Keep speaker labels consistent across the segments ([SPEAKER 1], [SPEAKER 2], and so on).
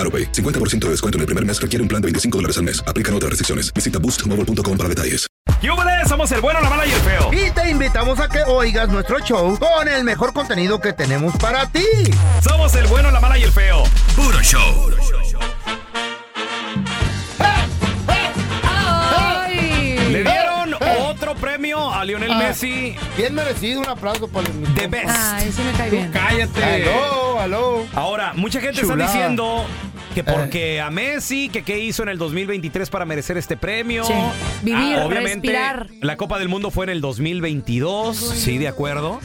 [SPEAKER 1] AroPay. 50% de descuento en el primer mes requiere un plan de 25 dólares al mes. Aplican otras restricciones. Visita boostmobile.com para detalles.
[SPEAKER 2] ¡Yúbales! Somos el bueno, la mala y el feo.
[SPEAKER 3] Y te invitamos a que oigas nuestro show con el mejor contenido que tenemos para ti.
[SPEAKER 2] Somos el bueno, la mala y el feo. Puro show. Le dieron otro premio a Lionel
[SPEAKER 3] Eh, Ah.
[SPEAKER 2] Messi.
[SPEAKER 3] Bien merecido un aplauso para el
[SPEAKER 2] The Best.
[SPEAKER 4] Ay, sí me cae bien.
[SPEAKER 2] Cállate.
[SPEAKER 3] Aló, aló.
[SPEAKER 2] Ahora, mucha gente
[SPEAKER 3] Chulada. Eh.
[SPEAKER 2] está diciendo que porque a Messi, que qué hizo en el 2023 para merecer este premio. Ah,
[SPEAKER 4] Sí. Vivir,
[SPEAKER 2] obviamente,
[SPEAKER 4] respirar.
[SPEAKER 2] La Copa del Mundo fue en el 2022, sí, de acuerdo.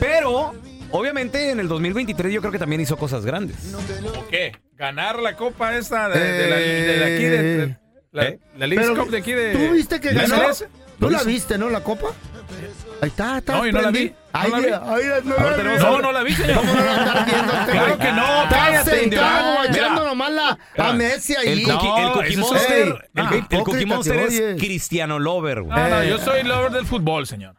[SPEAKER 2] Pero, obviamente, en el 2023 yo creo que también hizo cosas grandes.
[SPEAKER 5] ¿Qué? ¿Ganar la copa esta de,
[SPEAKER 3] Eh.
[SPEAKER 5] de la, de la aquí? De, de- la,
[SPEAKER 2] ¿Eh?
[SPEAKER 5] la Leagues Cup de aquí de...
[SPEAKER 3] ¿Tú viste que
[SPEAKER 5] ¿La
[SPEAKER 3] ganó?
[SPEAKER 5] MLS?
[SPEAKER 3] ¿Tú
[SPEAKER 5] ¿Lo
[SPEAKER 3] la
[SPEAKER 5] hizo?
[SPEAKER 3] viste, no, la copa? Ahí está, está.
[SPEAKER 5] No, yo no la vi.
[SPEAKER 3] prendí.
[SPEAKER 5] No
[SPEAKER 3] Ahí,
[SPEAKER 5] la vi.
[SPEAKER 3] mira, ahí la- no
[SPEAKER 2] Ahora
[SPEAKER 3] la
[SPEAKER 2] tenemos
[SPEAKER 3] vi.
[SPEAKER 5] No, no la vi, señor.
[SPEAKER 3] ¿Cómo no la estás viendo? este
[SPEAKER 5] Claro
[SPEAKER 3] güey?
[SPEAKER 5] que no,
[SPEAKER 3] Estás
[SPEAKER 5] cállate, indio.
[SPEAKER 3] sentado guachando
[SPEAKER 5] Mira, Ah,
[SPEAKER 3] nomás la, a Messi ahí.
[SPEAKER 2] Ah. El Cookie, el
[SPEAKER 5] No,
[SPEAKER 2] Cookie
[SPEAKER 5] eso es-
[SPEAKER 2] Monster,
[SPEAKER 3] Ey,
[SPEAKER 2] el,
[SPEAKER 3] ah,
[SPEAKER 2] Cookie- el
[SPEAKER 3] hipócrita
[SPEAKER 2] Cookie
[SPEAKER 3] te
[SPEAKER 2] Monster es
[SPEAKER 3] oyes.
[SPEAKER 2] Cristiano Lover, güey. Eh.
[SPEAKER 5] No, no, yo soy lover del fútbol, señor.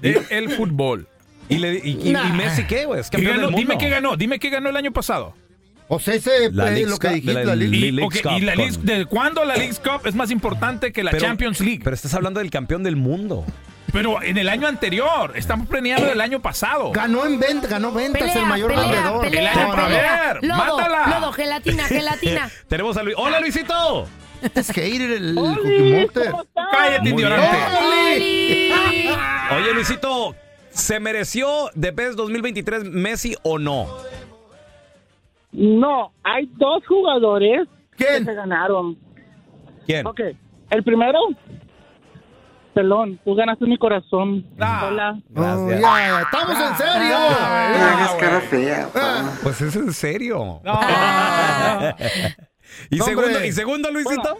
[SPEAKER 5] De el fútbol.
[SPEAKER 2] ¿Y, le- y- y- y
[SPEAKER 3] Nah.
[SPEAKER 2] Messi qué, güey? Es
[SPEAKER 5] ¿Qué
[SPEAKER 2] campeón
[SPEAKER 5] ganó?
[SPEAKER 2] del mundo.
[SPEAKER 5] Dime qué ganó, dime qué ganó el año pasado.
[SPEAKER 3] O sea, ese
[SPEAKER 2] La
[SPEAKER 3] eh,
[SPEAKER 2] Leagues
[SPEAKER 3] lo que
[SPEAKER 2] Cup,
[SPEAKER 3] dijiste,
[SPEAKER 2] la
[SPEAKER 3] la Leagues-
[SPEAKER 2] Leagues
[SPEAKER 5] Ok,
[SPEAKER 2] Cup
[SPEAKER 5] ¿Y la
[SPEAKER 2] con-
[SPEAKER 5] Leagues- de cuándo la Leagues Cup es más importante que la
[SPEAKER 2] Pero-
[SPEAKER 5] Champions League?
[SPEAKER 2] Pero estás hablando del campeón del mundo.
[SPEAKER 5] Pero en el año anterior, estamos premiando el año pasado.
[SPEAKER 3] Ganó en venta, ganó ventas
[SPEAKER 4] Pelea,
[SPEAKER 3] el mayor
[SPEAKER 4] pelea,
[SPEAKER 3] vendedor.
[SPEAKER 4] pelea,
[SPEAKER 5] El año
[SPEAKER 3] No, no, no.
[SPEAKER 4] pelea.
[SPEAKER 5] Javier,
[SPEAKER 4] Lodo,
[SPEAKER 5] mátala.
[SPEAKER 4] lodo, gelatina, gelatina.
[SPEAKER 2] Tenemos a Luis. ¡Hola, Luisito!
[SPEAKER 3] Este Es que ir el, el Cookie Monster.
[SPEAKER 5] Cállate,
[SPEAKER 2] Muy
[SPEAKER 5] ignorante.
[SPEAKER 2] Oye, Luisito, ¿se mereció The Best 2023 Messi o no?
[SPEAKER 6] No, hay dos jugadores que se
[SPEAKER 3] ¿Quién?
[SPEAKER 6] ganaron.
[SPEAKER 2] ¿Quién?
[SPEAKER 6] Ok, el primero, Pelón, tú ganaste mi corazón.
[SPEAKER 5] Ah.
[SPEAKER 6] Hola.
[SPEAKER 3] Oh,
[SPEAKER 2] Gracias.
[SPEAKER 3] ya, ya, estamos en serio.
[SPEAKER 5] Ah, güey.
[SPEAKER 2] Pues es en serio.
[SPEAKER 5] No,
[SPEAKER 2] ¿Y,
[SPEAKER 3] No,
[SPEAKER 2] segundo,
[SPEAKER 3] hombre.
[SPEAKER 2] ¿Y segundo, Luisito?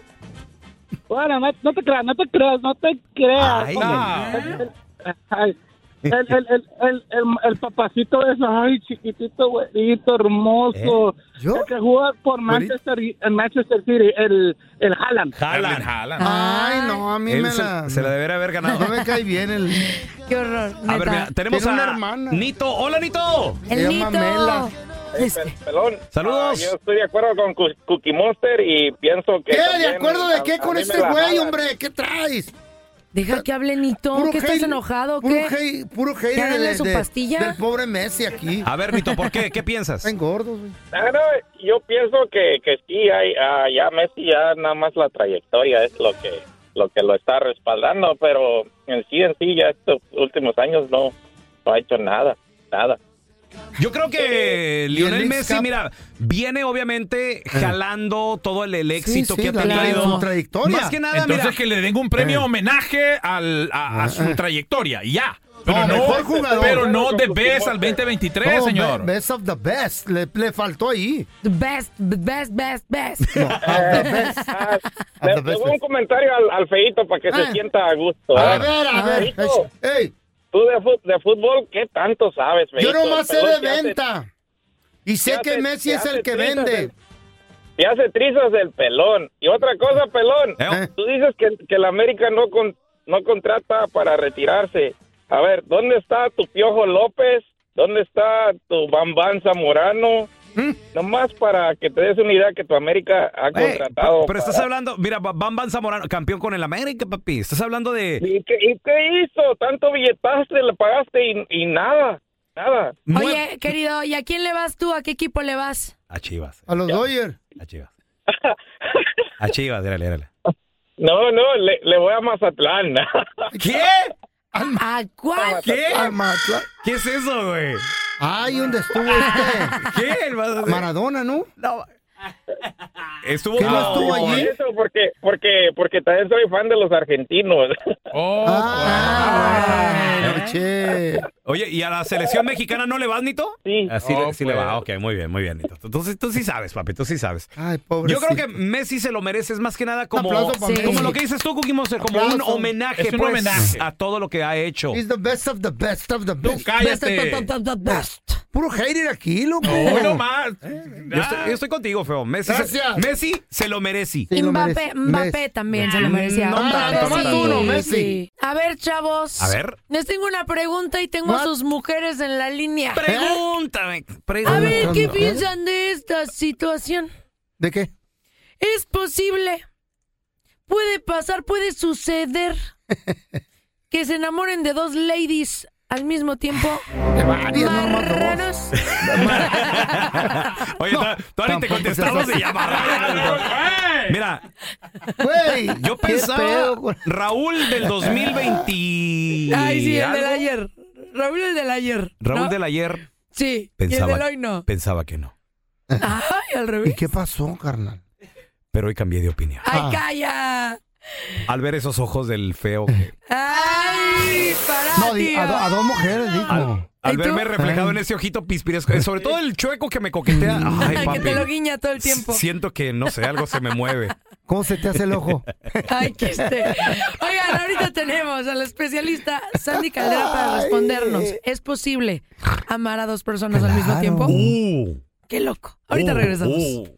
[SPEAKER 6] Bueno, no, no te creas, no te creas, no te creas.
[SPEAKER 2] Ay,
[SPEAKER 5] no.
[SPEAKER 6] Ay, El, el, el, el, el, el papacito es, ay, chiquitito, güerito, hermoso.
[SPEAKER 2] ¿Eh?
[SPEAKER 3] ¿Yo?
[SPEAKER 6] El que juega por Manchester, en Manchester City, el, el Haaland.
[SPEAKER 5] Haaland,
[SPEAKER 2] Jalan.
[SPEAKER 5] Haaland.
[SPEAKER 3] Ay, no, a mí
[SPEAKER 2] Él
[SPEAKER 3] me
[SPEAKER 2] se,
[SPEAKER 3] la...
[SPEAKER 2] se la debería haber ganado.
[SPEAKER 3] No me cae bien el...
[SPEAKER 4] Qué horror.
[SPEAKER 2] A ver, mira,
[SPEAKER 4] neta.
[SPEAKER 2] tenemos
[SPEAKER 3] Tiene
[SPEAKER 2] a
[SPEAKER 3] una hermana.
[SPEAKER 2] Nito. ¡Hola, Nito!
[SPEAKER 3] Se
[SPEAKER 4] el
[SPEAKER 3] llama Mela.
[SPEAKER 4] mito. Es
[SPEAKER 3] Este.
[SPEAKER 4] que-
[SPEAKER 7] Pelón.
[SPEAKER 2] Saludos.
[SPEAKER 7] Ah, yo estoy de acuerdo con Cu- Cookie Monster y pienso que.
[SPEAKER 3] ¿Qué? ¿De
[SPEAKER 7] también
[SPEAKER 3] acuerdo
[SPEAKER 7] a-
[SPEAKER 3] de qué
[SPEAKER 7] a
[SPEAKER 3] con
[SPEAKER 7] mí
[SPEAKER 3] este
[SPEAKER 7] me la
[SPEAKER 3] güey,
[SPEAKER 7] jalan.
[SPEAKER 3] hombre? ¿Qué traes?
[SPEAKER 4] Deja que hable Nito. ¿Qué estás
[SPEAKER 3] hate-
[SPEAKER 4] enojado?
[SPEAKER 3] Puro,
[SPEAKER 4] ¿Qué?
[SPEAKER 3] hate- puro hate
[SPEAKER 4] ¿Ya
[SPEAKER 3] del-
[SPEAKER 4] denle su
[SPEAKER 3] de-
[SPEAKER 4] pastilla?
[SPEAKER 3] del pobre Messi aquí.
[SPEAKER 2] A ver, Nito, ¿por qué? ¿Qué piensas?
[SPEAKER 3] Están gordos, güey.
[SPEAKER 7] Ah, no, yo pienso que, que sí, hay, ah, ya Messi, ya nada más la trayectoria es lo que lo que lo está respaldando, pero en sí, en sí, ya estos últimos años no, no ha hecho nada, nada.
[SPEAKER 2] Yo creo que
[SPEAKER 3] Eh, el
[SPEAKER 2] Lionel
[SPEAKER 3] Leagues
[SPEAKER 2] Messi,
[SPEAKER 3] Cup.
[SPEAKER 2] mira, viene obviamente jalando todo el, el éxito
[SPEAKER 3] sí,
[SPEAKER 2] que ha
[SPEAKER 3] la- la-
[SPEAKER 2] tenido.
[SPEAKER 3] su trayectoria.
[SPEAKER 2] Más que nada,
[SPEAKER 5] Entonces
[SPEAKER 2] mira.
[SPEAKER 5] que le den un premio
[SPEAKER 3] Eh.
[SPEAKER 5] homenaje al, a, a su trayectoria, y ya. Pero
[SPEAKER 3] No,
[SPEAKER 5] no,
[SPEAKER 3] mejor jugador.
[SPEAKER 5] pero no de
[SPEAKER 7] Con
[SPEAKER 5] vez al
[SPEAKER 7] Cookie Monster.
[SPEAKER 5] 2023,
[SPEAKER 3] No,
[SPEAKER 5] señor.
[SPEAKER 3] be- Best of the best. Le, le faltó ahí.
[SPEAKER 4] The best, the best, best, best.
[SPEAKER 3] No, of the best.
[SPEAKER 7] Ah,
[SPEAKER 3] Ah,
[SPEAKER 7] le-
[SPEAKER 3] the
[SPEAKER 7] le
[SPEAKER 3] best
[SPEAKER 7] doy un
[SPEAKER 3] is-
[SPEAKER 7] comentario al, al feito para que
[SPEAKER 3] Eh.
[SPEAKER 7] se sienta a gusto.
[SPEAKER 3] A
[SPEAKER 7] ¿eh?
[SPEAKER 3] ver, a ver.
[SPEAKER 7] Feito,
[SPEAKER 3] Ey,
[SPEAKER 7] tú de, fu- de fútbol, ¿qué tanto sabes,
[SPEAKER 3] yo
[SPEAKER 7] feito?
[SPEAKER 3] nomás sé
[SPEAKER 7] Pelón,
[SPEAKER 3] de
[SPEAKER 7] ¿qué hace-
[SPEAKER 3] venta. Y sé
[SPEAKER 7] te
[SPEAKER 3] que
[SPEAKER 7] hace-
[SPEAKER 3] Messi
[SPEAKER 7] te
[SPEAKER 3] es el
[SPEAKER 7] hace
[SPEAKER 3] que
[SPEAKER 7] trizas
[SPEAKER 3] vende.
[SPEAKER 7] el- Te hace trizas el pelón. Y otra cosa, pelón.
[SPEAKER 3] Eh.
[SPEAKER 7] ¿Eh? Tú dices que, que la América no, con- no contrata para retirarse. A ver, ¿dónde está tu Piojo López? ¿Dónde está tu Bambán Zamorano?
[SPEAKER 3] ¿Mm?
[SPEAKER 7] Nomás para que te des una idea que tu América ha
[SPEAKER 2] Eh,
[SPEAKER 7] contratado.
[SPEAKER 2] pero estás
[SPEAKER 7] para-
[SPEAKER 2] hablando, mira, Ba- Bam Bam Zamorano, campeón con el América, papi. Estás hablando de
[SPEAKER 7] ¿Y qué, y qué hizo? Tanto billetaste, le pagaste y, y nada. Nada.
[SPEAKER 4] Oye, querido, ¿y a quién le vas tú? ¿A qué equipo le vas?
[SPEAKER 2] a Chivas,
[SPEAKER 3] A los Dodgers.
[SPEAKER 2] a Chivas. A Chivas, dale, dale.
[SPEAKER 7] No, no, le, le voy a Mazatlán.
[SPEAKER 2] ¿Qué?
[SPEAKER 4] ¿A cuál?
[SPEAKER 2] ¿Qué?
[SPEAKER 3] Al Mazatlán.
[SPEAKER 2] ¿Qué es eso, güey?
[SPEAKER 3] Ay, ¿dónde estuvo este?
[SPEAKER 2] ¿Qué? El vaso de-
[SPEAKER 3] Maradona, ¿no?
[SPEAKER 2] No. Estuvo
[SPEAKER 3] ¿Qué no
[SPEAKER 2] No.
[SPEAKER 3] estuvo
[SPEAKER 7] Por
[SPEAKER 3] allí?
[SPEAKER 7] eso, porque, porque, porque también soy fan de los argentinos.
[SPEAKER 5] Oh,
[SPEAKER 3] Ah,
[SPEAKER 2] bueno.
[SPEAKER 3] bueno, che.
[SPEAKER 2] Oye, ¿y a la selección mexicana no le vas, Nito?
[SPEAKER 7] Sí.
[SPEAKER 2] Así
[SPEAKER 5] No,
[SPEAKER 2] le, sí le
[SPEAKER 5] pues.
[SPEAKER 2] va. Ok, muy bien, muy bien, Nito. Entonces tú sí sabes, papi, tú sí sabes.
[SPEAKER 3] Ay, pobre.
[SPEAKER 2] Yo creo que Messi se lo merece, es más que nada como,
[SPEAKER 3] aplauso
[SPEAKER 4] para Sí. Messi.
[SPEAKER 2] como lo que dices tú, Cookie Monster, como un
[SPEAKER 3] Aplauso.
[SPEAKER 2] homenaje,
[SPEAKER 5] Es un
[SPEAKER 2] pues,
[SPEAKER 5] homenaje.
[SPEAKER 2] a todo lo que ha hecho.
[SPEAKER 3] He's the best of the best of the
[SPEAKER 5] tú
[SPEAKER 3] best.
[SPEAKER 5] cállate.
[SPEAKER 3] Puro hater aquí, loco.
[SPEAKER 5] Hoy nomás.
[SPEAKER 2] Yo estoy, yo estoy contigo, feo. Messi, se,
[SPEAKER 3] Eh, Gracias.
[SPEAKER 2] Messi se lo merece.
[SPEAKER 3] Sí, lo
[SPEAKER 4] Mbappé,
[SPEAKER 3] merece.
[SPEAKER 4] Mbappé
[SPEAKER 3] Messi. Mm,
[SPEAKER 4] también se lo merecía.
[SPEAKER 2] No
[SPEAKER 4] Mbappé,
[SPEAKER 2] tanto, no tanto.
[SPEAKER 3] Uno, Messi.
[SPEAKER 4] A ver, chavos.
[SPEAKER 2] A ver.
[SPEAKER 4] Les tengo una pregunta y tengo a
[SPEAKER 3] What?
[SPEAKER 4] sus mujeres en la línea.
[SPEAKER 2] Pregúntame.
[SPEAKER 4] A
[SPEAKER 2] pregúntame.
[SPEAKER 4] ver, ¿qué
[SPEAKER 3] ¿Eh?
[SPEAKER 4] piensan de esta situación?
[SPEAKER 3] ¿De qué?
[SPEAKER 4] Es posible. Puede pasar, puede suceder que se enamoren de dos ladies al mismo tiempo.
[SPEAKER 3] De varias, no más dos.
[SPEAKER 4] Marranos.
[SPEAKER 2] Oye,
[SPEAKER 3] No,
[SPEAKER 2] to- todavía te
[SPEAKER 3] tampoco
[SPEAKER 2] contestamos
[SPEAKER 3] seas
[SPEAKER 2] de llamar. Mira,
[SPEAKER 3] Güey,
[SPEAKER 2] yo
[SPEAKER 3] ¿qué
[SPEAKER 2] pensaba
[SPEAKER 3] pedo con-
[SPEAKER 2] Raúl del 2020.
[SPEAKER 4] Ay, sí, el del
[SPEAKER 2] algo.
[SPEAKER 4] ayer. Raúl el del ayer.
[SPEAKER 2] Raúl
[SPEAKER 4] ¿no?
[SPEAKER 2] del ayer
[SPEAKER 4] Sí, y
[SPEAKER 2] pensaba,
[SPEAKER 4] el del hoy no.
[SPEAKER 2] pensaba que no,
[SPEAKER 4] Ay, al
[SPEAKER 3] ¿Y
[SPEAKER 4] revés.
[SPEAKER 3] qué pasó, carnal?
[SPEAKER 2] pero hoy cambié de opinión. Ah.
[SPEAKER 4] Ay,
[SPEAKER 3] Ah.
[SPEAKER 4] calla.
[SPEAKER 2] Al ver esos ojos del feo, que-
[SPEAKER 4] Ay, pará,
[SPEAKER 3] No, di-
[SPEAKER 4] tío.
[SPEAKER 3] a, do- a dos mujeres, dijo.
[SPEAKER 2] al
[SPEAKER 4] ¿Y tú?
[SPEAKER 2] verme reflejado en ese ojito pispiresco, eh, sobre todo el chueco que me coquetea.
[SPEAKER 3] Mm.
[SPEAKER 2] Ay,
[SPEAKER 4] Ay, que
[SPEAKER 2] papi,
[SPEAKER 4] te lo guiña todo el tiempo.
[SPEAKER 2] siento que, no sé, algo se me mueve.
[SPEAKER 3] ¿Cómo se te hace el ojo?
[SPEAKER 4] Ay, qué este. Oigan, ahorita tenemos a la especialista Sandy Caldera para
[SPEAKER 3] Ay.
[SPEAKER 4] respondernos. ¿Es posible amar a dos personas al mismo
[SPEAKER 3] Claro.
[SPEAKER 4] tiempo?
[SPEAKER 2] Uh,
[SPEAKER 4] Qué loco. Ahorita
[SPEAKER 2] uh,
[SPEAKER 4] regresamos.
[SPEAKER 2] uh.
[SPEAKER 3] Oh,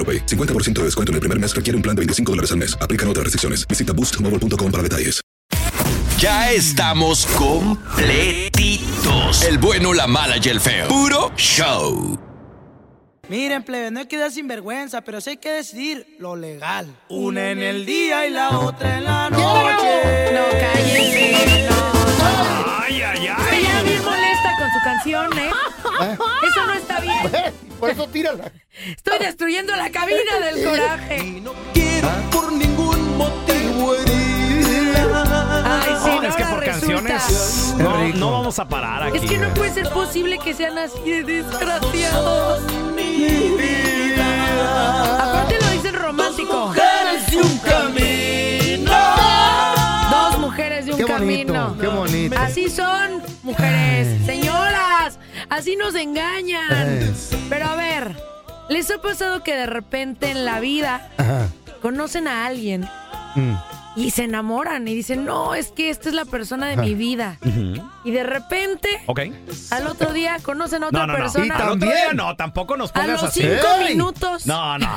[SPEAKER 1] 50% de descuento en el primer mes requiere un plan de 25 dólares al mes. Aplican otras restricciones. Visita boostmobile.com para detalles.
[SPEAKER 8] Ya estamos completitos. El bueno, la mala y el feo. Puro show.
[SPEAKER 9] Miren, plebe, no hay que dar sinvergüenza, pero sí hay que decidir lo legal. Una en el día y la otra en la noche.
[SPEAKER 4] No, cállense.
[SPEAKER 2] Ay, ay,
[SPEAKER 4] No.
[SPEAKER 2] ay.
[SPEAKER 4] Ella bien molesta con su canción, ¿eh? Eso no está bien.
[SPEAKER 3] Por eso tírala.
[SPEAKER 4] Estoy destruyendo la cabina del coraje.
[SPEAKER 9] Quiero por ningún motivo herirla.
[SPEAKER 4] Ay, sí,
[SPEAKER 2] No,
[SPEAKER 4] no,
[SPEAKER 2] es que por canciones no, no vamos a parar aquí. ¿eh?
[SPEAKER 4] Es que no puede ser posible que sean así de desgraciados. Aparte lo dicen romántico.
[SPEAKER 9] Mujeres y un camino.
[SPEAKER 4] Dos mujeres de un
[SPEAKER 3] Qué bonito,
[SPEAKER 4] camino.
[SPEAKER 3] qué bonito.
[SPEAKER 4] Así son, mujeres, señoras. Así nos engañan.
[SPEAKER 3] Eh.
[SPEAKER 4] Pero a ver, ¿les ha pasado que de repente en la vida
[SPEAKER 3] Ajá.
[SPEAKER 4] conocen a alguien
[SPEAKER 3] Mm.
[SPEAKER 4] Y se enamoran y dicen, no, es que esta es la persona de mi vida. Y de repente,
[SPEAKER 2] Ok.
[SPEAKER 4] al otro día conocen a
[SPEAKER 2] No,
[SPEAKER 4] otra
[SPEAKER 2] no, no.
[SPEAKER 4] persona.
[SPEAKER 2] Al otro día no, tampoco nos
[SPEAKER 4] A
[SPEAKER 2] pongas
[SPEAKER 4] los
[SPEAKER 2] así.
[SPEAKER 4] cinco Ey. minutos.
[SPEAKER 2] No, no, no.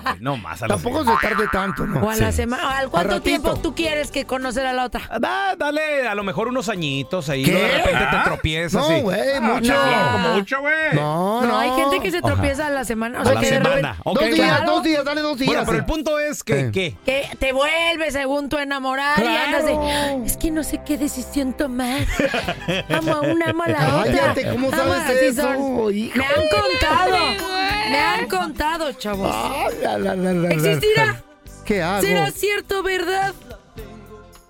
[SPEAKER 2] güey, No más. A los
[SPEAKER 3] Tampoco se tarde tanto, ¿no?
[SPEAKER 4] O a la semana. ¿Al cuánto
[SPEAKER 2] ratito.
[SPEAKER 4] tiempo tú quieres que conocer a la otra?
[SPEAKER 2] Ah, dale a lo mejor unos añitos ahí.
[SPEAKER 4] ¿Qué?
[SPEAKER 2] luego De repente
[SPEAKER 4] ¿Ah?
[SPEAKER 2] te tropiezas.
[SPEAKER 3] No,
[SPEAKER 2] y-
[SPEAKER 3] güey, Ah, mucho. no. Como mucho,
[SPEAKER 2] güey.
[SPEAKER 3] No,
[SPEAKER 4] No, hay gente que se
[SPEAKER 2] Ajá.
[SPEAKER 4] tropieza a la semana. O
[SPEAKER 2] A
[SPEAKER 4] sea,
[SPEAKER 2] la
[SPEAKER 4] que de
[SPEAKER 2] semana.
[SPEAKER 4] repente-
[SPEAKER 2] Ok, Dos días, claro. dos
[SPEAKER 3] días, dale dos
[SPEAKER 2] Bueno, pero el punto es que, ¿qué?
[SPEAKER 4] Que te vuelves según tu enamorar y
[SPEAKER 2] Claro.
[SPEAKER 4] andas de, "Ay, es que no sé qué decisión tomar. Amo a una, amo a la otra.
[SPEAKER 3] Cállate, ¿cómo
[SPEAKER 4] Amo,
[SPEAKER 3] sabes
[SPEAKER 4] así
[SPEAKER 3] eso,
[SPEAKER 4] son.
[SPEAKER 3] hijo?
[SPEAKER 4] Me han contado, me han contado, chavos.
[SPEAKER 3] Ah, la, la, la, la, la.
[SPEAKER 4] ¿Existirá?
[SPEAKER 3] ¿Qué hago?
[SPEAKER 4] ¿Será cierto, verdad,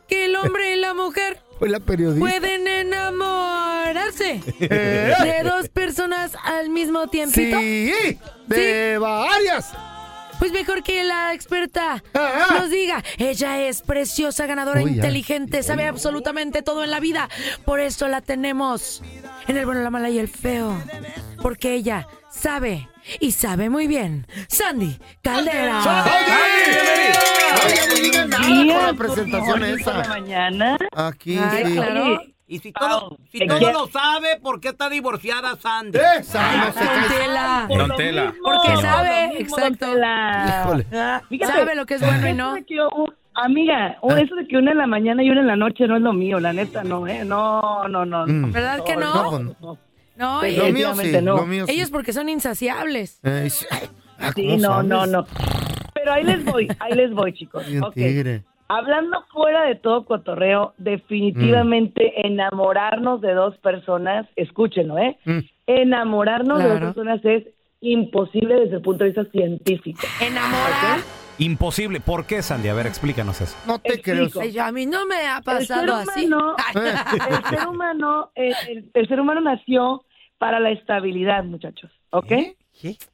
[SPEAKER 4] que el hombre y la mujer
[SPEAKER 3] Fue la periodista.
[SPEAKER 4] pueden enamorarse
[SPEAKER 3] Eh.
[SPEAKER 4] de dos personas al mismo tiempito?
[SPEAKER 3] Sí, de varias. Ah,
[SPEAKER 4] Pues mejor que la experta nos diga, ella es preciosa, ganadora,
[SPEAKER 3] Uy, ya.
[SPEAKER 4] inteligente, sabe absolutamente todo en la vida. Por eso la tenemos en el bueno, la mala y el feo. Porque ella sabe y sabe muy bien. Sandy Caldera.
[SPEAKER 3] Oye, no digan nada con la presentación esa.
[SPEAKER 10] mañana.
[SPEAKER 3] Aquí,
[SPEAKER 10] Ay,
[SPEAKER 3] sí.
[SPEAKER 10] claro.
[SPEAKER 11] Y si todo, si
[SPEAKER 10] ¿de
[SPEAKER 11] todo
[SPEAKER 10] qué?
[SPEAKER 11] lo sabe, ¿por qué está divorciada Sandy?
[SPEAKER 3] Esa,
[SPEAKER 11] no
[SPEAKER 4] Tela.
[SPEAKER 5] Don Tela.
[SPEAKER 4] Porque
[SPEAKER 11] No,
[SPEAKER 4] sabe,
[SPEAKER 10] lo mismo,
[SPEAKER 4] exacto.
[SPEAKER 10] Híjole.
[SPEAKER 4] Ah, Sabe lo que es bueno y no.
[SPEAKER 10] Eso de que un- amiga,
[SPEAKER 3] Ah.
[SPEAKER 10] o eso de que una en la mañana y una en la noche no es lo mío, la neta, no, ¿eh? No, no, no. no.
[SPEAKER 4] ¿Verdad que no?
[SPEAKER 3] Mm. No, pues,
[SPEAKER 4] No,
[SPEAKER 10] Pues
[SPEAKER 4] y-
[SPEAKER 10] lo mío sí, lo
[SPEAKER 3] mío sí.
[SPEAKER 4] Ellos porque son insaciables.
[SPEAKER 3] eh, sí, ay, ah,
[SPEAKER 10] Sí,
[SPEAKER 3] ¿cómo
[SPEAKER 10] no,
[SPEAKER 3] sabes?
[SPEAKER 10] no, no. Pero ahí les voy, ahí les voy, chicos.
[SPEAKER 3] Ay, un
[SPEAKER 10] Ok.
[SPEAKER 3] tigre.
[SPEAKER 10] Hablando fuera de todo cotorreo, definitivamente
[SPEAKER 3] Mm.
[SPEAKER 10] enamorarnos de dos personas, escúchenlo, ¿eh?
[SPEAKER 2] Mm,
[SPEAKER 10] Enamorarnos de dos
[SPEAKER 2] Claro.
[SPEAKER 10] personas es imposible desde el punto de vista científico.
[SPEAKER 4] Enamorar.
[SPEAKER 2] Imposible. ¿Por qué, Sandy? A ver, explícanos eso.
[SPEAKER 3] No
[SPEAKER 10] te creo.
[SPEAKER 4] Ay, yo- a mí no me ha
[SPEAKER 10] El ser
[SPEAKER 4] pasado así.
[SPEAKER 10] humano, el ser humano, eh, el, el ser humano nació para la estabilidad, muchachos, ¿ok?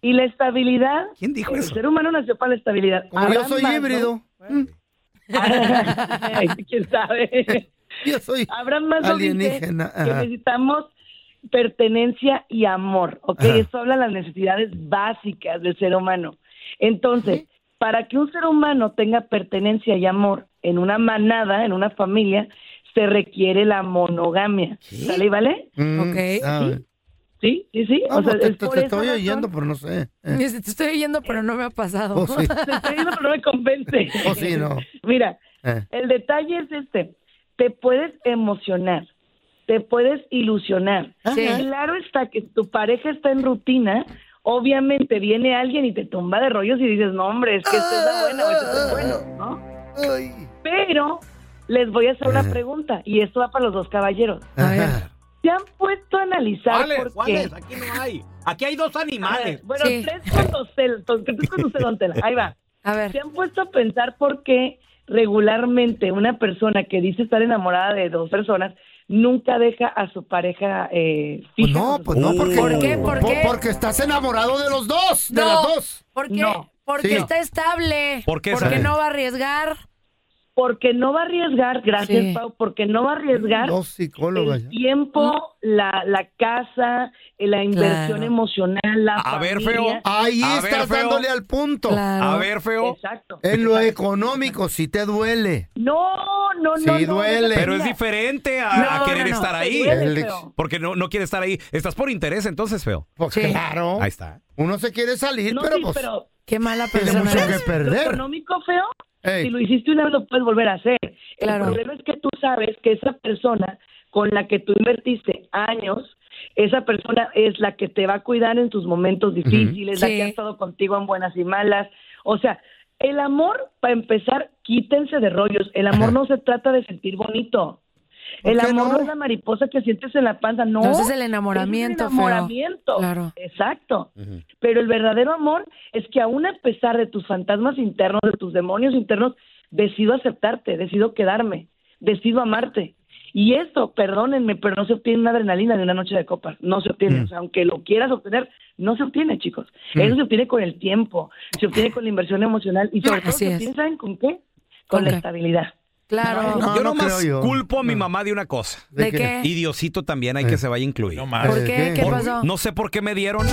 [SPEAKER 10] Y la estabilidad. ¿Quién dijo el
[SPEAKER 2] eso?
[SPEAKER 10] ser humano nació para la estabilidad.
[SPEAKER 3] Como yo
[SPEAKER 10] Abraham
[SPEAKER 3] soy
[SPEAKER 10] Maslow-
[SPEAKER 3] híbrido.
[SPEAKER 10] Ay, ¿Quién sabe?
[SPEAKER 3] Yo soy
[SPEAKER 10] Abraham Maslow dice
[SPEAKER 3] alienígena,
[SPEAKER 10] que
[SPEAKER 3] ajá.
[SPEAKER 10] necesitamos pertenencia y amor, ¿ok?
[SPEAKER 3] Ajá.
[SPEAKER 10] Eso habla de las necesidades básicas del ser humano. Entonces, para que un ser humano tenga pertenencia y amor en una manada, en una familia, se requiere la monogamia. ¿Sale y vale?
[SPEAKER 3] Mm, sabe.
[SPEAKER 10] Sí, sí, sí.
[SPEAKER 3] No,
[SPEAKER 10] o sea,
[SPEAKER 3] pues, te,
[SPEAKER 10] es
[SPEAKER 3] te-
[SPEAKER 10] por
[SPEAKER 3] te
[SPEAKER 10] esa
[SPEAKER 3] estoy
[SPEAKER 10] razón.
[SPEAKER 3] oyendo, pero no sé. Eh,
[SPEAKER 4] Este, Te estoy oyendo, pero no me ha pasado.
[SPEAKER 3] Oh, sí.
[SPEAKER 10] Te estoy oyendo, pero no me convence.
[SPEAKER 3] Oh, sí, no.
[SPEAKER 10] Mira,
[SPEAKER 3] eh.
[SPEAKER 10] el detalle es este, te puedes emocionar, te puedes ilusionar.
[SPEAKER 4] Sí.
[SPEAKER 10] Claro está que tu pareja está en rutina, obviamente viene alguien y te tumba de rollos y dices, no hombre, es que esto
[SPEAKER 3] Ah.
[SPEAKER 10] es la buena, o esto es bueno, ¿no? Pero les voy a hacer
[SPEAKER 3] Eh.
[SPEAKER 10] una pregunta y esto va para los dos caballeros. ¿Se han puesto a analizar
[SPEAKER 11] ¿Cuáles?
[SPEAKER 10] por qué?
[SPEAKER 11] ¿Cuáles? Aquí no hay. Aquí hay dos
[SPEAKER 10] A ver,
[SPEAKER 11] animales.
[SPEAKER 10] Bueno, tres cuando se, tres cuando se don Tela. Ahí va.
[SPEAKER 4] A ver.
[SPEAKER 10] ¿Se han puesto a pensar por qué regularmente una persona que dice estar enamorada de dos personas nunca deja a su pareja eh,
[SPEAKER 3] Pues
[SPEAKER 10] fija?
[SPEAKER 3] no, pues no, porque.
[SPEAKER 4] ¿Por qué? ¿Por
[SPEAKER 3] po-
[SPEAKER 4] qué?
[SPEAKER 3] Porque estás enamorado de los dos, de las dos.
[SPEAKER 4] Porque,
[SPEAKER 3] No.
[SPEAKER 4] porque
[SPEAKER 3] Sí.
[SPEAKER 4] está estable.
[SPEAKER 3] ¿Por qué,
[SPEAKER 4] porque
[SPEAKER 3] Sara?
[SPEAKER 4] no va a arriesgar.
[SPEAKER 10] Porque no va a arriesgar, gracias
[SPEAKER 3] Sí.
[SPEAKER 10] Pau, porque no va a arriesgar
[SPEAKER 3] Dos psicólogas.
[SPEAKER 10] el tiempo, la, la casa, eh, la inversión
[SPEAKER 2] Claro.
[SPEAKER 10] emocional, la
[SPEAKER 2] A ver,
[SPEAKER 10] familia.
[SPEAKER 2] feo.
[SPEAKER 3] Ahí
[SPEAKER 2] A ver,
[SPEAKER 3] estás
[SPEAKER 2] feo.
[SPEAKER 3] dándole al punto.
[SPEAKER 2] Claro. A ver, feo.
[SPEAKER 10] Exacto.
[SPEAKER 3] En lo económico, si te duele.
[SPEAKER 10] No, Oh, no, no.
[SPEAKER 3] Sí,
[SPEAKER 10] no, no,
[SPEAKER 3] duele.
[SPEAKER 2] Pero es diferente a, a
[SPEAKER 10] No,
[SPEAKER 2] querer
[SPEAKER 10] no, no,
[SPEAKER 2] estar
[SPEAKER 10] te
[SPEAKER 2] ahí.
[SPEAKER 10] duele, Alex. feo.
[SPEAKER 2] Porque no, no quiere estar ahí. Estás por interés entonces, feo.
[SPEAKER 3] Pues
[SPEAKER 2] Sí.
[SPEAKER 3] claro.
[SPEAKER 2] Ahí está.
[SPEAKER 3] Uno se quiere salir,
[SPEAKER 10] No,
[SPEAKER 3] pero
[SPEAKER 10] sí,
[SPEAKER 3] pues.
[SPEAKER 10] pero
[SPEAKER 4] Qué mala
[SPEAKER 3] Tiene
[SPEAKER 4] persona.
[SPEAKER 3] mucho
[SPEAKER 4] eres.
[SPEAKER 3] que perder.
[SPEAKER 10] económico feo,
[SPEAKER 3] Ey.
[SPEAKER 10] si lo hiciste una vez lo puedes volver a hacer.
[SPEAKER 4] Claro.
[SPEAKER 10] El problema es que tú sabes que esa persona con la que tú invertiste años, esa persona es la que te va a cuidar en tus momentos difíciles, la
[SPEAKER 4] Sí.
[SPEAKER 10] que ha estado contigo en buenas y malas. O sea, el amor, para empezar, quítense de rollos. El amor no se trata de sentir bonito.
[SPEAKER 3] ¿Por
[SPEAKER 10] El
[SPEAKER 3] qué
[SPEAKER 10] amor no?
[SPEAKER 3] no?
[SPEAKER 10] es la mariposa que sientes en la panza, no.
[SPEAKER 4] Entonces el enamoramiento,
[SPEAKER 10] Es
[SPEAKER 4] feo.
[SPEAKER 10] el enamoramiento.
[SPEAKER 4] Claro.
[SPEAKER 10] Exacto. Pero el verdadero amor es que aún a pesar de tus fantasmas internos, de tus demonios internos, decido aceptarte, decido quedarme, decido amarte. Y esto, perdónenme, pero no se obtiene una adrenalina de una noche de copas, no se obtiene. O sea, aunque lo quieras obtener, no se obtiene, chicos. Eso se obtiene con el tiempo, se obtiene con la inversión emocional y sobre todo
[SPEAKER 4] Así
[SPEAKER 10] se
[SPEAKER 4] es.
[SPEAKER 10] obtiene, ¿saben con qué? Con
[SPEAKER 4] ¿Con
[SPEAKER 10] la
[SPEAKER 4] qué?
[SPEAKER 10] estabilidad.
[SPEAKER 4] Claro.
[SPEAKER 2] yo
[SPEAKER 3] no Eh.
[SPEAKER 2] nomás
[SPEAKER 3] creo yo.
[SPEAKER 2] culpo a mi mamá de una cosa.
[SPEAKER 4] ¿De qué?
[SPEAKER 2] Y Diosito también hay que se vaya a incluir.
[SPEAKER 4] ¿Por qué? ¿Qué
[SPEAKER 2] Por-
[SPEAKER 4] pasó?
[SPEAKER 2] No sé por qué me dieron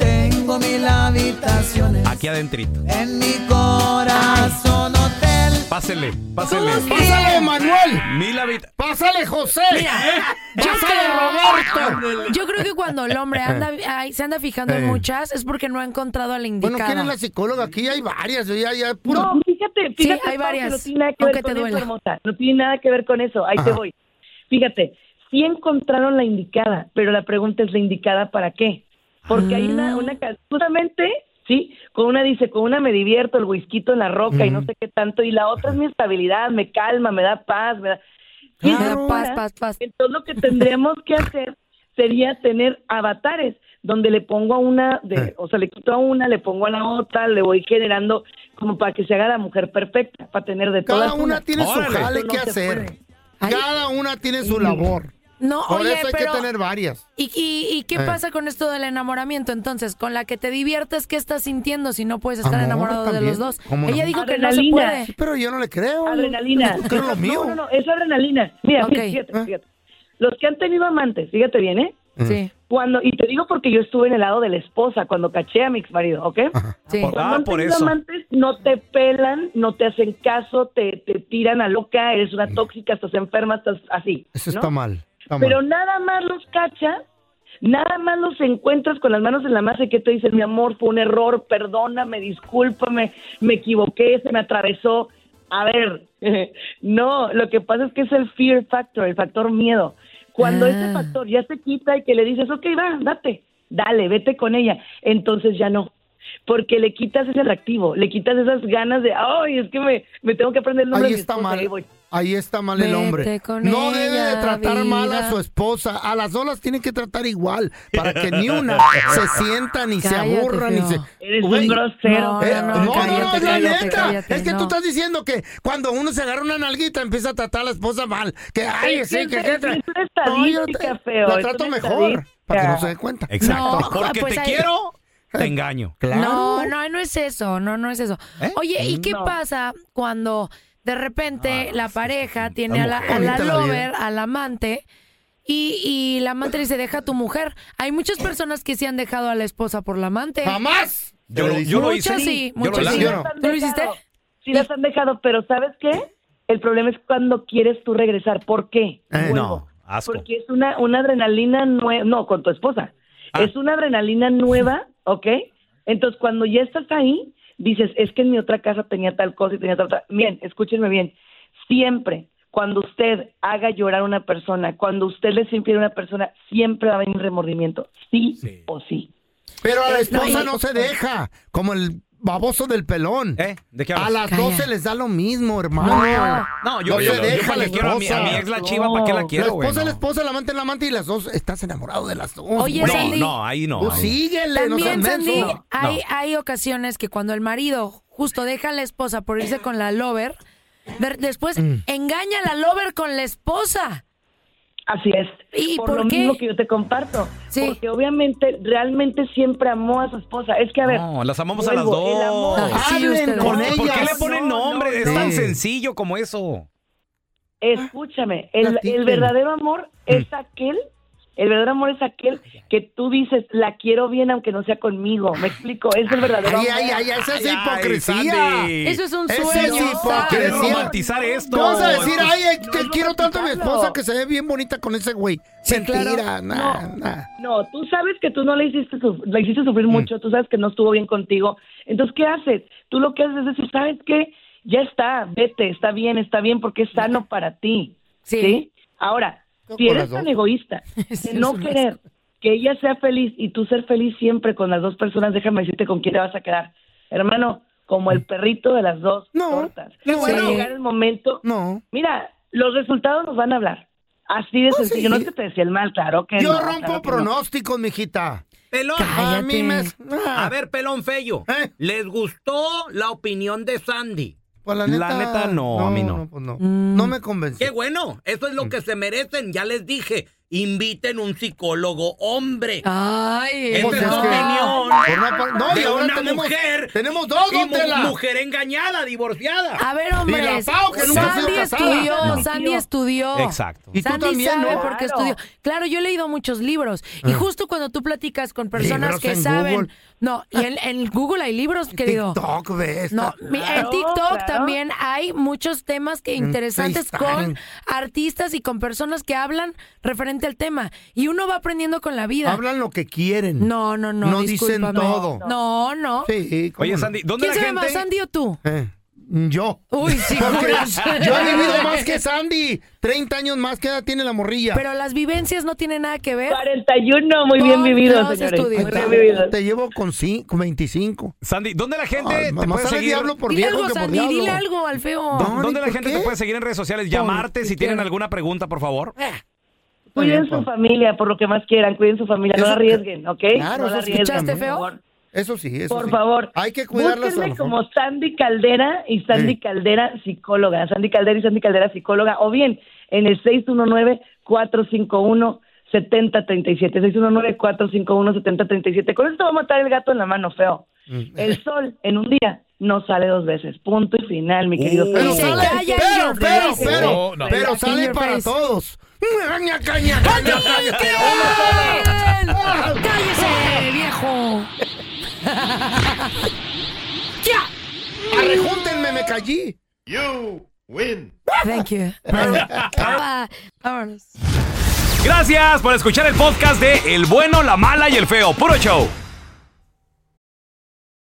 [SPEAKER 9] Tengo mil habitaciones
[SPEAKER 2] aquí adentrito.
[SPEAKER 9] en mi corazón hotel.
[SPEAKER 2] Pásele, pásele.
[SPEAKER 3] ¿Cómo que? Pásale, Manuel.
[SPEAKER 2] Mil habit-
[SPEAKER 3] ¡Pásale, José!
[SPEAKER 4] Mira,
[SPEAKER 3] ¡Pásale, Roberto!
[SPEAKER 4] Yo creo que cuando el hombre anda, ay, se anda fijando en
[SPEAKER 3] Eh.
[SPEAKER 4] muchas es porque no ha encontrado a la indicada.
[SPEAKER 3] Bueno, ¿quién es la psicóloga? Aquí hay varias. yo Ya, ya, puro...
[SPEAKER 10] No, fíjate,
[SPEAKER 4] Sí,
[SPEAKER 10] fíjate, Pau,
[SPEAKER 4] hay
[SPEAKER 10] que
[SPEAKER 4] varias,
[SPEAKER 10] No tiene nada que ver
[SPEAKER 4] aunque te
[SPEAKER 10] con eso,
[SPEAKER 4] duela.
[SPEAKER 10] hermosa. No tiene nada que ver con eso. Ahí te
[SPEAKER 3] Ajá.
[SPEAKER 10] voy. Fíjate, sí encontraron la indicada, pero la pregunta es la indicada para qué. Porque hay
[SPEAKER 4] Ah.
[SPEAKER 10] una, una ca- justamente, sí, con una dice, con una me divierto, el whisky en la roca y no
[SPEAKER 4] Mm.
[SPEAKER 10] sé qué tanto, y la otra es mi estabilidad, me calma, me da paz, me da... Y
[SPEAKER 4] Me da
[SPEAKER 10] ahora,
[SPEAKER 4] paz, paz, paz.
[SPEAKER 10] Entonces lo que tendríamos que hacer sería tener avatares donde le pongo a una,
[SPEAKER 3] Ah.
[SPEAKER 10] de, o sea, le quito a una, le pongo a la otra, le voy generando como para que se haga la mujer perfecta, para tener de todas.
[SPEAKER 3] Cada una tiene su
[SPEAKER 10] Órale.
[SPEAKER 3] jale
[SPEAKER 10] Eso no
[SPEAKER 3] que
[SPEAKER 10] se
[SPEAKER 3] hacer.
[SPEAKER 10] puede.
[SPEAKER 3] Cada una tiene su labor.
[SPEAKER 4] No,
[SPEAKER 3] Por
[SPEAKER 4] oye,
[SPEAKER 3] eso hay
[SPEAKER 4] pero-
[SPEAKER 3] que tener varias.
[SPEAKER 4] ¿Y, y, y qué
[SPEAKER 3] Eh.
[SPEAKER 4] pasa con esto del enamoramiento? Entonces, con la que te diviertes, ¿qué estás sintiendo si no puedes estar
[SPEAKER 3] Amor
[SPEAKER 4] enamorado de
[SPEAKER 3] también,
[SPEAKER 4] los dos?
[SPEAKER 3] ¿cómo no?
[SPEAKER 4] Ella dijo que no se
[SPEAKER 10] Adrenalina.
[SPEAKER 4] puede.
[SPEAKER 3] Sí, pero yo no le creo.
[SPEAKER 10] Adrenalina.
[SPEAKER 3] Yo creo lo mío. Ah.
[SPEAKER 10] No, no, no, es adrenalina. Mira,
[SPEAKER 4] Ok.
[SPEAKER 10] fíjate, fíjate. Los que han tenido amantes, fíjate bien, ¿eh?
[SPEAKER 4] Sí.
[SPEAKER 10] Cuando, y te digo porque yo estuve en el lado de la esposa cuando caché a mi ex marido, ¿ok?
[SPEAKER 4] Sí.
[SPEAKER 2] Por- ah,
[SPEAKER 10] Cuando
[SPEAKER 2] por
[SPEAKER 10] tienes
[SPEAKER 2] eso.
[SPEAKER 10] amantes no te pelan, no te hacen caso, te, te tiran a loca, eres una tóxica, estás enferma, estás así.
[SPEAKER 3] Eso
[SPEAKER 10] ¿no?
[SPEAKER 3] está mal. Está mal.
[SPEAKER 10] Pero nada más los cachas, nada más los encuentras con las manos en la masa y que te dicen, mi amor, fue un error, perdóname, discúlpame, me equivoqué, se me atravesó. A ver, no, lo que pasa es que es el fear factor, el factor miedo. Cuando
[SPEAKER 3] Ah.
[SPEAKER 10] ese factor ya se quita y que le dices, ok, va, date, dale, vete con ella, entonces ya no. Porque le quitas ese atractivo, le quitas esas ganas de, ay, es que me, me tengo que aprender el nombre
[SPEAKER 3] Ahí
[SPEAKER 10] de mi
[SPEAKER 3] está
[SPEAKER 10] esposa,
[SPEAKER 3] mal.
[SPEAKER 10] ahí voy".
[SPEAKER 3] Ahí está mal el
[SPEAKER 4] Vete
[SPEAKER 3] hombre.
[SPEAKER 4] con
[SPEAKER 3] No debe de
[SPEAKER 4] ella,
[SPEAKER 3] tratar mal a
[SPEAKER 4] vida.
[SPEAKER 3] su esposa. A las dos las tienen que tratar igual para que ni una se sienta ni
[SPEAKER 4] Cállate,
[SPEAKER 3] se aburra ni
[SPEAKER 4] feo.
[SPEAKER 3] se.
[SPEAKER 10] Eres
[SPEAKER 3] Güey,
[SPEAKER 10] un grosero.
[SPEAKER 4] No,
[SPEAKER 3] eh,
[SPEAKER 4] no,
[SPEAKER 3] no,
[SPEAKER 4] no,
[SPEAKER 3] no,
[SPEAKER 4] cállate,
[SPEAKER 3] no, es la
[SPEAKER 4] cállate,
[SPEAKER 3] neta.
[SPEAKER 4] cállate,
[SPEAKER 3] es que
[SPEAKER 4] no.
[SPEAKER 3] tú estás diciendo que cuando uno se agarra una nalguita empieza a tratar a la esposa mal. Que ay,
[SPEAKER 10] Es
[SPEAKER 3] sí,
[SPEAKER 10] que
[SPEAKER 3] que,
[SPEAKER 10] es-
[SPEAKER 3] que
[SPEAKER 10] es
[SPEAKER 3] tra-
[SPEAKER 10] una
[SPEAKER 3] No, yo
[SPEAKER 10] estadística,
[SPEAKER 3] te-
[SPEAKER 10] feo,
[SPEAKER 3] la
[SPEAKER 10] es
[SPEAKER 3] trato
[SPEAKER 10] una
[SPEAKER 3] mejor para que no
[SPEAKER 10] estadística.
[SPEAKER 3] se dé cuenta.
[SPEAKER 2] Exacto.
[SPEAKER 4] No,
[SPEAKER 2] Porque
[SPEAKER 4] pues
[SPEAKER 2] te
[SPEAKER 4] ahí-
[SPEAKER 2] quiero, te engaño.
[SPEAKER 3] Claro.
[SPEAKER 4] No, eh. no, no es eso, no, no es eso.
[SPEAKER 2] ¿Eh?
[SPEAKER 4] Oye, ¿y qué
[SPEAKER 10] No.
[SPEAKER 4] panta cuando de repente
[SPEAKER 3] Ah,
[SPEAKER 4] la pareja tiene a la,
[SPEAKER 3] mujer.
[SPEAKER 4] a la
[SPEAKER 3] Bonita la
[SPEAKER 4] lover, al amante, y, y la amante le dice, deja a tu mujer? Hay muchas personas que sí han dejado a la esposa por la amante.
[SPEAKER 3] Jamás.
[SPEAKER 2] Yo, lo-
[SPEAKER 3] Pero
[SPEAKER 2] yo lo hice.
[SPEAKER 4] Muchas sí,
[SPEAKER 2] Yo lo
[SPEAKER 4] muchas sí.
[SPEAKER 2] hice. Eh,
[SPEAKER 3] Yo no.
[SPEAKER 4] ¿Tú lo hiciste?
[SPEAKER 10] Sí las han dejado, pero ¿sabes qué? El problema es cuando quieres tú regresar. ¿Por qué?
[SPEAKER 3] Eh,
[SPEAKER 10] Vuelvo.
[SPEAKER 3] no,
[SPEAKER 2] asco.
[SPEAKER 10] Porque es una, una adrenalina nueva, no, con tu esposa.
[SPEAKER 4] Ah.
[SPEAKER 10] Es una adrenalina nueva, ¿ok? Entonces, cuando ya estás ahí, dices, es que en mi otra casa tenía tal cosa y tenía tal otra. Bien, escúchenme bien. Siempre, cuando usted haga llorar a una persona, cuando usted le sea infiel a una persona, siempre va a venir remordimiento. Sí, o sí.
[SPEAKER 3] Pero a la
[SPEAKER 10] Eh, no,
[SPEAKER 3] esposa
[SPEAKER 10] y-
[SPEAKER 3] no se deja, como el baboso del pelón.
[SPEAKER 2] ¿Eh? ¿De qué
[SPEAKER 3] A
[SPEAKER 2] hablas?
[SPEAKER 3] las
[SPEAKER 4] Calla.
[SPEAKER 3] dos se les da lo mismo, hermano.
[SPEAKER 2] No, yo,
[SPEAKER 3] No
[SPEAKER 2] yo,
[SPEAKER 3] se
[SPEAKER 2] yo
[SPEAKER 3] deja
[SPEAKER 2] pa'
[SPEAKER 3] la
[SPEAKER 2] qué quiero a mi, a mi
[SPEAKER 3] esposa.
[SPEAKER 2] ex la chiva, ¿para qué la
[SPEAKER 3] La
[SPEAKER 2] quiero, güey?
[SPEAKER 3] esposa,
[SPEAKER 2] No.
[SPEAKER 3] la esposa, el amante, el amante y las dos estás enamorado de las dos.
[SPEAKER 4] Oye,
[SPEAKER 3] güey.
[SPEAKER 2] No,
[SPEAKER 4] Sandy.
[SPEAKER 2] no, ahí no.
[SPEAKER 3] Tú
[SPEAKER 2] ahí no.
[SPEAKER 3] síguele, no seas
[SPEAKER 4] También, Sandy,
[SPEAKER 3] menso.
[SPEAKER 4] hay, hay ocasiones que cuando el marido justo deja a la esposa por irse con la lover, de- después
[SPEAKER 3] Mm.
[SPEAKER 4] engaña a la lover con la esposa.
[SPEAKER 10] Así es.
[SPEAKER 4] ¿Y
[SPEAKER 10] por,
[SPEAKER 4] por
[SPEAKER 10] lo
[SPEAKER 4] qué?
[SPEAKER 10] mismo que yo te comparto.
[SPEAKER 4] Sí.
[SPEAKER 10] Porque obviamente, realmente siempre amó a su esposa. Es que, a ver.
[SPEAKER 2] No, las amamos a las
[SPEAKER 10] vuelvo, el
[SPEAKER 2] dos.
[SPEAKER 10] amor-
[SPEAKER 4] Ah, sí,
[SPEAKER 3] Hablen
[SPEAKER 4] ustedes.
[SPEAKER 3] con
[SPEAKER 2] ¿Por por qué
[SPEAKER 3] ellas.
[SPEAKER 2] le ponen
[SPEAKER 10] No,
[SPEAKER 2] nombre?
[SPEAKER 10] no,
[SPEAKER 2] es
[SPEAKER 3] no.
[SPEAKER 2] tan
[SPEAKER 3] Sí.
[SPEAKER 2] sencillo como eso.
[SPEAKER 10] Escúchame, el,
[SPEAKER 3] Platiquen.
[SPEAKER 10] el verdadero amor
[SPEAKER 3] Mm.
[SPEAKER 10] es aquel. El verdadero amor es aquel que tú dices, la quiero bien aunque no sea conmigo. Me explico, es el verdadero
[SPEAKER 3] Ay,
[SPEAKER 10] amor.
[SPEAKER 3] ay, ay, esa es
[SPEAKER 2] Ay,
[SPEAKER 3] hipocresía.
[SPEAKER 2] Sandy.
[SPEAKER 4] Eso es un
[SPEAKER 3] Ese
[SPEAKER 4] sueño.
[SPEAKER 3] es hipócrita.
[SPEAKER 4] ¿sabes?
[SPEAKER 2] ¿Quieres
[SPEAKER 3] Decía-
[SPEAKER 2] romantizar esto?
[SPEAKER 3] Vamos a decir,
[SPEAKER 2] Esto-
[SPEAKER 3] ay, eh,
[SPEAKER 10] No,
[SPEAKER 3] que
[SPEAKER 10] no,
[SPEAKER 3] quiero tanto a mi
[SPEAKER 10] platicalo.
[SPEAKER 3] esposa que se ve bien bonita con ese güey. Mentira, nah, nah. Mm.
[SPEAKER 10] No, tú sabes que tú no le hiciste, suf- la hiciste sufrir mucho, tú sabes que no estuvo bien contigo. Entonces, ¿qué haces? Tú lo que haces es decir, ¿sabes qué? Ya está, vete, está bien, está bien, porque es sano para ti.
[SPEAKER 4] Sí.
[SPEAKER 10] Sí. Ahora,
[SPEAKER 3] Con
[SPEAKER 10] si
[SPEAKER 3] las
[SPEAKER 10] eres
[SPEAKER 3] dos.
[SPEAKER 10] tan egoísta
[SPEAKER 4] Sí,
[SPEAKER 10] de no
[SPEAKER 4] es un
[SPEAKER 10] querer que ella sea feliz y tú ser feliz siempre con las dos personas, déjame decirte con quién te vas a quedar. Hermano, como el perrito de las dos
[SPEAKER 3] Mm. No,
[SPEAKER 10] tortas.
[SPEAKER 3] no,
[SPEAKER 10] Va a
[SPEAKER 3] bueno.
[SPEAKER 10] llegar el momento
[SPEAKER 3] No.
[SPEAKER 10] Mira, los resultados nos van a hablar. Así de
[SPEAKER 3] Oh,
[SPEAKER 10] sencillo.
[SPEAKER 3] sí.
[SPEAKER 10] No es que te decía el mal, claro que
[SPEAKER 3] Yo
[SPEAKER 10] no,
[SPEAKER 3] rompo
[SPEAKER 10] claro que no.
[SPEAKER 3] pronósticos, mijita.
[SPEAKER 11] Pelón,
[SPEAKER 3] A mí me...
[SPEAKER 4] Cállate.
[SPEAKER 3] nah.
[SPEAKER 11] a ver, pelón feyo.
[SPEAKER 3] ¿Eh?
[SPEAKER 11] ¿Les gustó la opinión de Sandy?
[SPEAKER 3] Pues la
[SPEAKER 2] La
[SPEAKER 3] neta,
[SPEAKER 2] neta, no, a mí no.
[SPEAKER 3] pues no. Mm.
[SPEAKER 4] Mm.
[SPEAKER 3] No me convenció.
[SPEAKER 11] Qué bueno, eso es lo que se merecen, ya les dije. inviten un psicólogo hombre.
[SPEAKER 4] Ay,
[SPEAKER 11] Esta
[SPEAKER 4] pues
[SPEAKER 11] es
[SPEAKER 4] es
[SPEAKER 11] la
[SPEAKER 4] que-
[SPEAKER 11] opinión
[SPEAKER 4] Por una pa- no, y
[SPEAKER 11] de
[SPEAKER 4] ahora
[SPEAKER 11] una
[SPEAKER 4] tenemos-
[SPEAKER 11] mujer.
[SPEAKER 3] Tenemos dos,
[SPEAKER 11] y
[SPEAKER 3] don
[SPEAKER 11] mu-
[SPEAKER 3] Tela.
[SPEAKER 11] mujer engañada, divorciada.
[SPEAKER 4] A ver, hombre. Sandy estudió, Sandy estudió.
[SPEAKER 11] Exacto.
[SPEAKER 3] Y tú
[SPEAKER 4] Sandy
[SPEAKER 3] también,
[SPEAKER 4] sabe
[SPEAKER 3] ¿no?
[SPEAKER 4] porque
[SPEAKER 3] Claro.
[SPEAKER 4] estudió. Claro, yo he leído muchos libros. Y
[SPEAKER 3] Ah.
[SPEAKER 4] justo cuando tú platicas con personas
[SPEAKER 3] Libros
[SPEAKER 4] que
[SPEAKER 3] en
[SPEAKER 4] saben.
[SPEAKER 3] Google.
[SPEAKER 4] No, y en, en Google hay libros, querido.
[SPEAKER 3] TikTok, ves.
[SPEAKER 4] No, mi- en
[SPEAKER 3] Claro,
[SPEAKER 4] TikTok
[SPEAKER 3] claro. Mm,
[SPEAKER 4] también hay muchos temas que
[SPEAKER 3] En
[SPEAKER 4] interesantes
[SPEAKER 3] FaceTime.
[SPEAKER 4] con artistas y con personas que hablan referente al tema. Y uno va aprendiendo con la vida.
[SPEAKER 3] Hablan lo que quieren.
[SPEAKER 4] No, no, no.
[SPEAKER 3] No dicen
[SPEAKER 4] discúlpame.
[SPEAKER 3] todo.
[SPEAKER 4] No, no.
[SPEAKER 3] Sí, ¿cómo
[SPEAKER 2] Oye,
[SPEAKER 3] no?
[SPEAKER 2] Sandy, ¿dónde
[SPEAKER 4] ¿Quién
[SPEAKER 2] la
[SPEAKER 4] sabe más,
[SPEAKER 2] gente-
[SPEAKER 4] Sandy o tú?
[SPEAKER 3] Eh, yo.
[SPEAKER 4] Uy, sí,
[SPEAKER 3] Porque
[SPEAKER 4] juras.
[SPEAKER 3] yo he vivido más que Sandy. 30 años más que edad tiene la morrilla.
[SPEAKER 4] Pero las vivencias no tienen nada que ver.
[SPEAKER 10] 41, muy bien
[SPEAKER 4] Con
[SPEAKER 10] vivido,
[SPEAKER 4] los
[SPEAKER 10] señores.
[SPEAKER 4] estudios.
[SPEAKER 10] Muy bien vivido.
[SPEAKER 3] Te llevo con, cinco, con 25.
[SPEAKER 2] Sandy, ¿dónde la gente
[SPEAKER 3] Ah,
[SPEAKER 2] te
[SPEAKER 3] mamá,
[SPEAKER 2] puede
[SPEAKER 3] sale
[SPEAKER 2] seguir?
[SPEAKER 3] diablo por
[SPEAKER 4] Dile
[SPEAKER 3] viejo
[SPEAKER 4] algo,
[SPEAKER 3] que por
[SPEAKER 4] Sandy,
[SPEAKER 3] diablo.
[SPEAKER 4] dile algo al feo.
[SPEAKER 2] ¿Dónde la
[SPEAKER 3] ¿por
[SPEAKER 2] gente
[SPEAKER 3] qué?
[SPEAKER 2] te puede seguir en redes sociales?
[SPEAKER 3] Por- Eh.
[SPEAKER 2] Llamarte si tienen alguna pregunta, por favor.
[SPEAKER 10] Cuiden su familia, por lo que más quieran, cuiden su familia, no
[SPEAKER 3] Eso-
[SPEAKER 10] la arriesguen, ¿ok? no
[SPEAKER 3] Claro,
[SPEAKER 10] la
[SPEAKER 3] eso sí,
[SPEAKER 10] arriesguen.
[SPEAKER 3] ¿escuchaste, feo? Eso sí, eso
[SPEAKER 10] Por
[SPEAKER 3] sí.
[SPEAKER 10] favor.
[SPEAKER 3] Hay que cuidarlas. a
[SPEAKER 10] Búsquenme
[SPEAKER 3] lo mejor.
[SPEAKER 10] como Sandy Caldera y Sandy Caldera psicóloga. Sandy Caldera y Sandy Caldera psicóloga. O bien en el 619-451-7037. 619-451-7037. Con esto va a matar el gato en la mano, feo.
[SPEAKER 3] Mm.
[SPEAKER 10] El sol en un día no sale dos veces. Punto y final, mi querido
[SPEAKER 3] Uh. Pero
[SPEAKER 10] feo.
[SPEAKER 3] sale,
[SPEAKER 4] calla,
[SPEAKER 3] pero,
[SPEAKER 4] your
[SPEAKER 3] pero,
[SPEAKER 4] face.
[SPEAKER 3] pero,
[SPEAKER 4] No, no.
[SPEAKER 3] pero
[SPEAKER 4] In
[SPEAKER 3] sale
[SPEAKER 4] your
[SPEAKER 3] para
[SPEAKER 4] face.
[SPEAKER 3] todos. ¡Caña, caña, caña, caña! ¡Ah!
[SPEAKER 4] ¡Cállese, viejo! ¡Ya!
[SPEAKER 3] ¡Arrejúntenme, me callí!
[SPEAKER 12] You win.
[SPEAKER 4] Thank you. Ah, vámonos.
[SPEAKER 2] Gracias por escuchar el podcast de El Bueno, la Mala y el Feo. Puro show.